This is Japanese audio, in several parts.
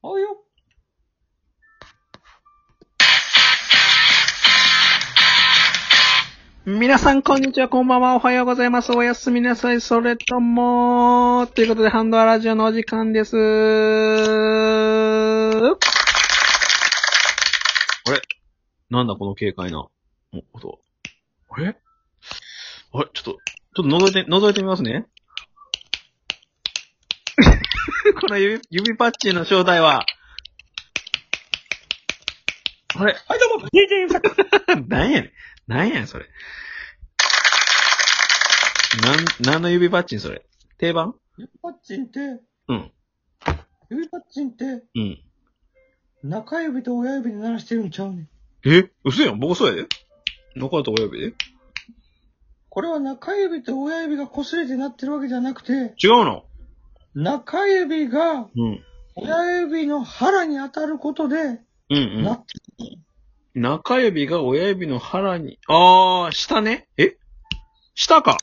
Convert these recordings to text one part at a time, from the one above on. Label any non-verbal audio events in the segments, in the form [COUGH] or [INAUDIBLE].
おうよ。皆さん、こんにちは、こんばんは、おはようございます。おやすみなさい、それとも、ということで、ハンドアラジオのお時間です。なんだこの軽快な、お音は。あれあれちょっと、ちょっと覗いて、覗いてみますね。 [LAUGHS] この指、指パッチンの正体は、あれはい、どうも、DJ さ [LAUGHS] なんやねん。なんやねん、それ。なん、何の指パッチンそれ定番指パッチンって、うん。指パッチンって、うん。中指と親指で鳴らしてるんちゃうねん。え嘘やん、僕そうやで。中田と親指で。これは中指と親指が擦れて鳴ってるわけじゃなくて、違うの中指がうん。親指の腹に当たることで、うん鳴ってうん。中指が親指の腹に、あー、下ねえ下か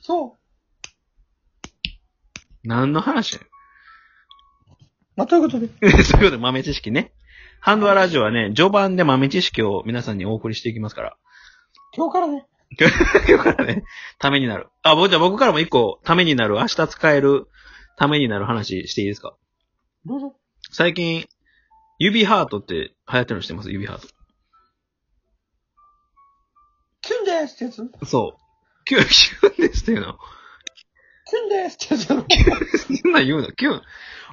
そう。何の話やまあ、ということで。え [LAUGHS] そういうことで豆知識ね。ハンドアラジオはね、序盤で豆知識を皆さんにお送りしていきますから。今日からね。今日からね、ためになる。あ、僕じゃあ僕からも一個、ためになる、明日使える、ためになる話していいですかどうぞ。最近、指ハートって流行ってるの知ってます指ハーキュンですってやつキュト。そう。キュン、キュンですっていうの。ンですってやつ [LAUGHS] やろ。そんなん言うのキュン。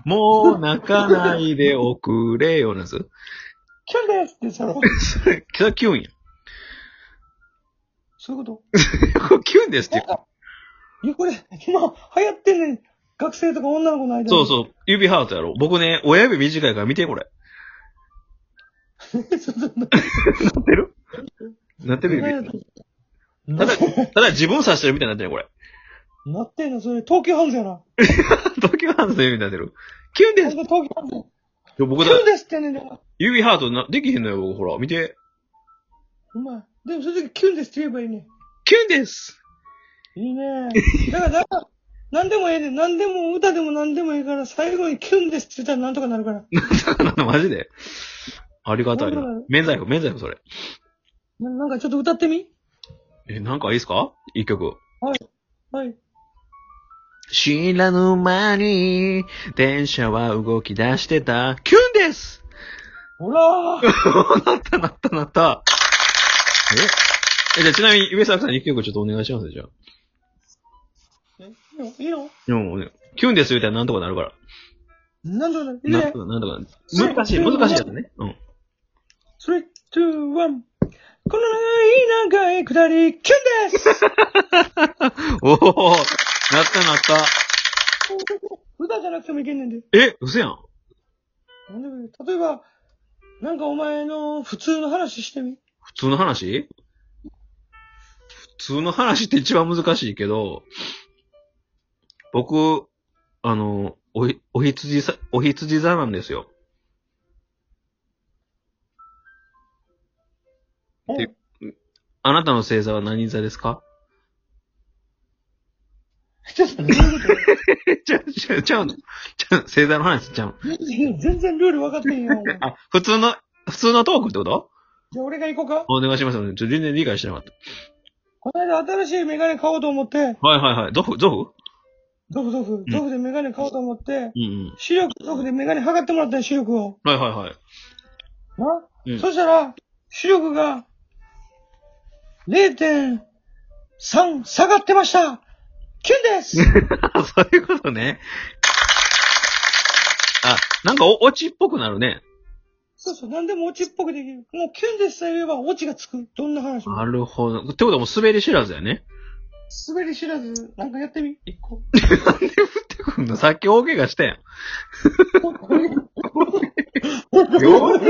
もう泣かないでおくれよ、なんです。キュンですってやつやろ。それ、それキュンや。そういうこと。キュンですって言なんか、いや、これ、今、流行ってんねん。学生とか女の子の間う。に。そうそう。指ハートやろ。僕ね、親指短いから見て、これ。う。 [LAUGHS] そうそう。なってるなってる指。なただ自分刺してるみたいになってるよ、これ。 [LAUGHS] なってんの、それ、東急ハンズやな。東京ハンズの指になってる。キュンでほんすと東急ハンズ。僕キだュ、ンですってやねんだから。指ハートな、できへんのよ、僕、ほら、見て。うまい。でも、その時、キュンですって言えばいいね。キュンです [LAUGHS] いいね。だから、だから、なんでもええねん。なんでも、歌でもなんでもええから、最後にキュンですって言ったらなんとかなるから。だからな、マジで。ありがたいなほんまだ。免罪符、免罪符、それ。ななんか、ちょっと歌ってみえ、なんかいいっすか一曲。はい。知らぬ間に、電車は動き出してた。キュンですほらー。 [LAUGHS] なったなったなった。ええ、じゃあちなみに、上沢さん一曲ちょっとお願いしますよ、じゃあ。えいいよいいよ。うん、ねキュンです言うたらなんとかなるから。なんとかなる。いいなんねと。か、なんとかなる。そう難しい、難しいやつね。 [LAUGHS] うん。 3、2、1。この長い長い下り、キュンです [LAUGHS] おおなったなった。歌じゃなくてもいけんねんで。え、嘘やん。なんでもいい例えば、なんかお前の普通の話して [LAUGHS] み。普通の話普通の話って一番難しいけど、僕、あの、おひ、おひつじさ、おひつじ座なんですよ。うんえあなたの星座は何座ですかちょっとどういうこちゃう、ちゃう、ちゃうの。ちゃう、星座の話ちゃう。と全然全然ルール分かってへんよ。お前 [LAUGHS] あ、普通の、普通のトークってことじゃあ俺が行こうか。お願いします。ちょっと全然理解してなかった。この間新しいメガネ買おうと思って、はいはいはい。ゾフ、ゾフゾフゾフ、ゾフでメガネ買おうと思って、うん視力ゾフでメガネ測ってもらったん視力を。うん。はいはいはい。な、うんそしたら、視力が、0.3下がってましたキュンで [LAUGHS] すあ [LAUGHS] そういうことね。あ、なんかお、オチっぽくなるね。そうそう、なんでもオチっぽくできる。もうキュンですと言えばオチがつく。どんな話なも。るほど。ってことはもう滑り知らずやね。滑り知らず、なんかやってみ。[LAUGHS] 一個。なんで降ってくんのさっき大怪我したやん。大怪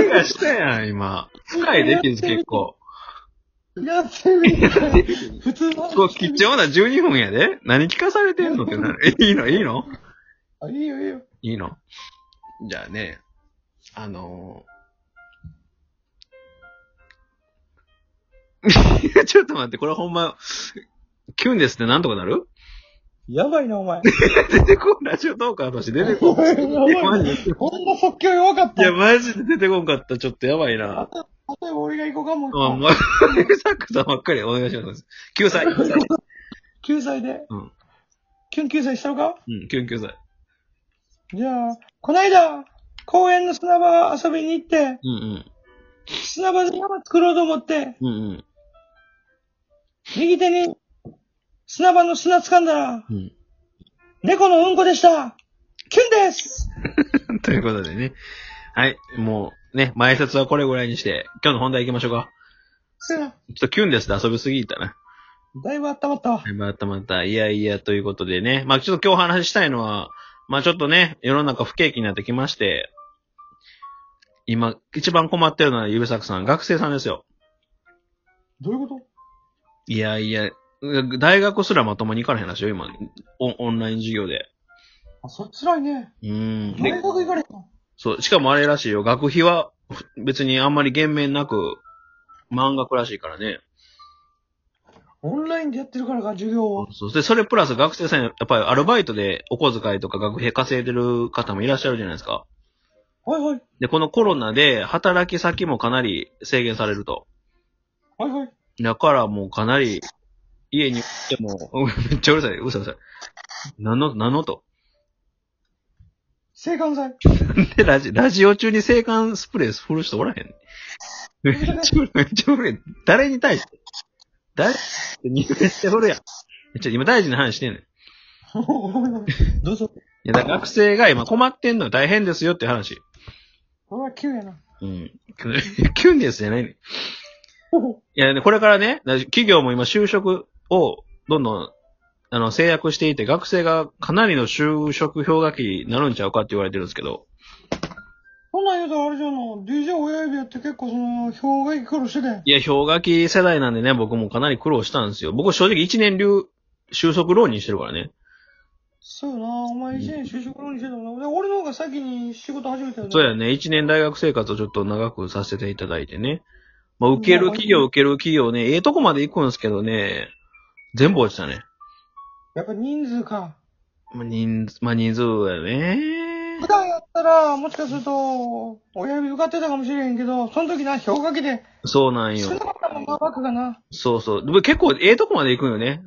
我したやん、今。深いできず結 [LAUGHS] 構。やってみ。普通のこう貴重な12分やで。何聞かされてんのってなる。いいの、いいのあ、いいよいいよ。いいのじゃあね、あの [LAUGHS] ーちょっと待って、これほんま、キュンですってなんとかなる [LAUGHS] やばいな、お前。出てこん、ラジオトーカーとして出てこん。お前出てこんに。こんな即興弱かっいた。や、マジで出てこんかった。ちょっとやばいな。例えば俺が行こうかもあ、う一個。ま、サックさんばっかりお願いします。救済。う救済で。うんキュン救済したのかん、救急剤。じゃあ、こないだ、公園の砂場遊びに行って、うん砂場で山作ろうと思って、うん。うん右手に砂場の砂掴んだら、うん。猫のうんこでした。キュンですうん。ということでね。はい、もう、ね、前説はこれぐらいにして、今日の本題行きましょうか。せやちょっとキュンですって遊びすぎたな。だいぶ温まったわは。い、またまた、いやいや、ということでね。まあ、ちょっと今日お話ししたいのは、まあ、ちょっとね、世の中不景気になってきまして、今、一番困ってるのは、ゆべさくさん、学生さんですよ。どういうこといやいや、大学すらまともに行かれへんらしいよ、今。オオンライン授業で。あ、それ辛いね。うーん。大で、学行かれへんのそう、しかもあれらしいよ、学費は、ふ別にあんまり減免なく、満額らしいからね。オンラインでやってるからか、授業を。そう。で、それプラス学生さん、やっぱりアルバイトでお小遣いとか学費稼いでる方もいらっしゃるじゃないですか。はいはい。で、このコロナで働き先もかなり制限されると。はいはい。だからもうかなり家にいても、 [LAUGHS] うんめっちゃうるさい、うるさいうるさい。なの、なのと。性感剤。で、ラジ、ラジオ中に制汗スプレー振る人おらへん。めっちゃうる、めっちゃうるやん。誰に対して誰めっちゃうるやん。めっちゃ今大事な話してんねん。いごめんごめん。 [LAUGHS] どうぞ。や、だから学生が今困ってんのよ大変ですよって話。これは急やな。 [LAUGHS] うん。キュンですじゃないねん。ほほいや、ね、これからね、だ企業も今就職をどんどん、あの、制約していて、学生がかなりの就職氷河期になるんちゃうかって言われてるんですけど、そんなん言うとあれじゃんの。DJ 親指やって結構その、表現苦労してて。いや、氷河期世代なんでね、僕もかなり苦労したんですよ。僕正直1年留、就職浪人してるからね。そうよな。お前一年就職浪人してたもんな。で俺の方が先に仕事始めたよね。そうやね、1年大学生活をちょっと長くさせていただいてね。まあ、受ける企業、受ける企業ね、ええとこまで行くんですけどね、全部落ちたね。やっぱ人数か。まあ、人数、まあ、人数やね普。段やったら、もしかすると、親指受かってたかもしれへんけど、その時な、氷河期で、そうなんよ少。なかったもんな、バックがな。そうそう。でも結構、ええとこまで行くんよね。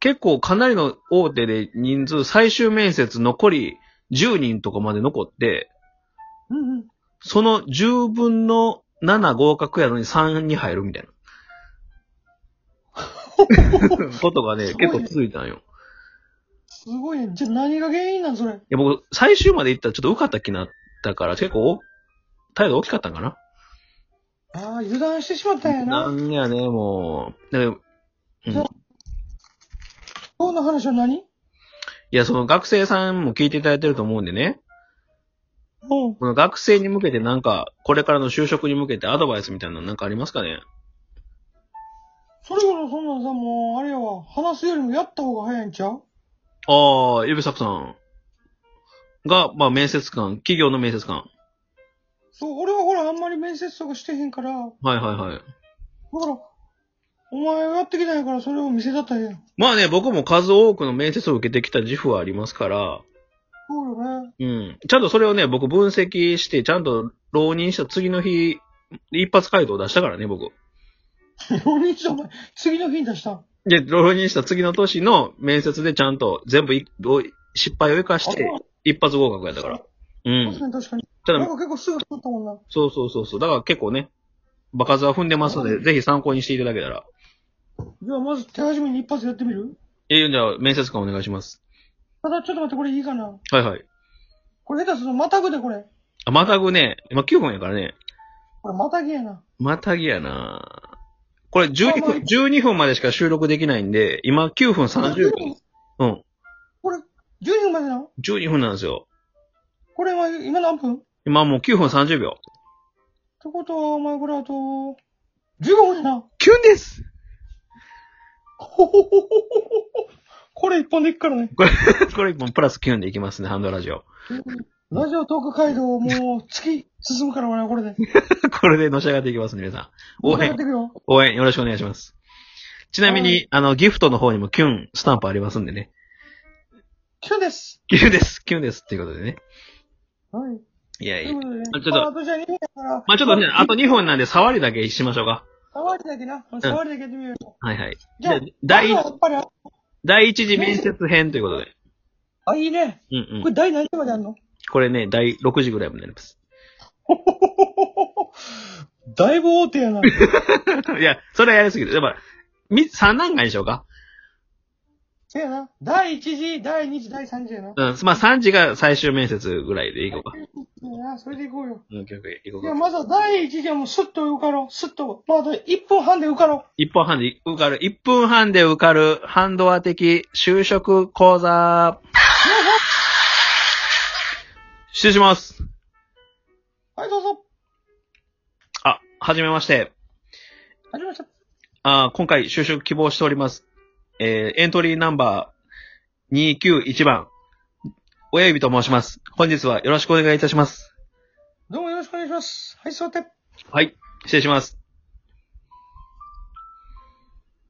結構、かなりの大手で人数、最終面接残り10人とかまで残って、うんうん。その10分の7合格やのに3に入る [LAUGHS] みたいな。ことがね、すごい結ね構続いたんよ。すごいね。じゃあ何が原因なん、それ。いや、僕、最終まで行ったらちょっと受かった気になったから、結構お、態度大きかったんかな。ああ、油断してしまったんやなな。んやね、もう。だから今日の話は何いや、その学生さんも聞いていただいてると思うんでね。うん。この学生に向けてなんか、これからの就職に向けてアドバイスみたいなのなんかありますかねそれからそんなんさ、もう、あれやわ、話すよりもやった方が早いんちゃうああ、ゆべさくさんが、まあ面接官、企業の面接官。そう、俺はほら、あんまり面接とかしてへんから、だかはいはいはい。ら、お前がやってきたんやから、それを見せたったらええやん。まあね、僕も数多くの面接を受けてきた自負はありますから、そうよね。 [LAUGHS] うん。ちゃんとそれをね、僕分析して、ちゃんと浪人した次の日、一発回答を出したからね、僕。浪人したお前、次の日に出したん。で、浪人した次の年の面接でちゃんと全部いお失敗を生かして、一発合格やったから。うあ確ん。かに確かに。ただなんか結構すぐ作ったもんな。そうそうそうそう。だから結構ね、場数は踏んでますので、ぜひ参考にしていただけたら。じゃあ、まず手始めに一発やってみるえー、じゃあ、面接官お願いします。ただ、ちょっと待って、これいいかな。はいはい。これ下手すると、またぐで、これ。あ、またぐね。まあ、9分やからね。これ、またぎやな。またぎやなこれ12あまあ分、12分までしか収録できないんで、今9分30秒。うん。これ、12分までな12分なんですよ。これ、今今何分っ今もう9分30秒。てことは、お前、これあと、15分やな。キュンですほほほほほほこれ一本でいくからね。これ、 [LAUGHS] これ1本プラスキュンでいきますね、ハンドラ [LAUGHS] ジオ。ラジオトーク街道をもう突き進むから俺はこれで。これでのし上がっていきますね、皆さん。応やっ援て、いくよ。応援よろしくお願いします。ちなみはに、あの、ギフトの方にもキュンスタンプありますんでね。キュンです。キュンです、キュンですっていうことでね。はい。いやといやいう。ことで、あちょっとまあ私は2本だから。まあちょっとね、あとと。 2本なんで触りだけしましょうか。触りだけな。触りだけやってみようよ。はいはい。じゃあで、第ま一ずはやっぱり、第一次面接編ということで。あ、いいね。うんうこん。れ第何時まであるのこれね、第6時ぐらいまであり [LAUGHS] ます。だいぶ大手やな。いや、それはやりすぎて。やっぱ、み、3段階にしようか。せやな。第1次、第2次、第3次やな。うん。まあ3時が最終面接ぐらいでいこうか。そうやな、それでいこうよ。うん、結構いこういや、か。まずは第1次はもうスッと受かろう。スッと。まあ、あと1分半で受かろ1分半で受かる。1分半で受かる。ハンドア的就職講 [LAUGHS] 座。失礼します。う。はい、どうぞ。あ、はじめまして。始めました。あー今回就職希望しております。えーエントリーナンバー291番、親指と申します。本日はよろしくお願いいたします。どうもよろしくお願いします。はい、座って。はい、失礼します。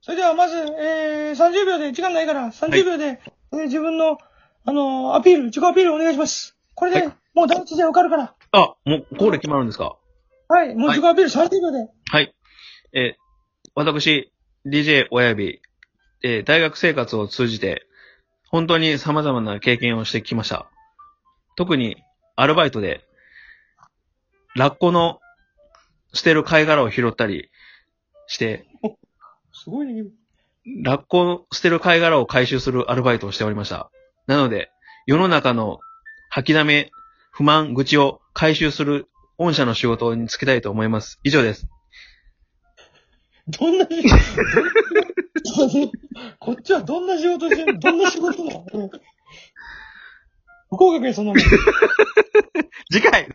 それではまず、えー、30秒で、時間ないから、30秒で、えー自分の、あのーアピール、自己アピールお願いします。これで、はもう第1次は受かるから。あ、もう、ゴール決まるんですかはい、もうはい自己アピール30秒で。はい。えー私、DJ 親指、えー大学生活を通じて、本当に様々な経験をしてきました。特に、アルバイトで、ラッコの捨てる貝殻を拾ったりして、すごいね、君。ラッコを捨てる貝殻を回収するアルバイトをしておりました。なので、世の中の吐きだめ、不満、愚痴を回収する御社の仕事に就きたいと思います。以上です。どんな仕事こっちはどんな仕事してるどんな [LAUGHS] 仕事なの不合格や、そんなもん。次回